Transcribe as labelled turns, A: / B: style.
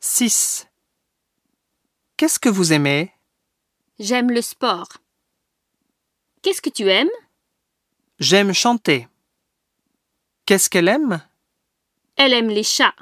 A: 6. Qu'est-ce que vous aimez
B: J'aime le sport. Qu'est-ce que tu aimes
A: J'aime chanter. Qu'est-ce qu'elle aime
B: Elle aime les chats.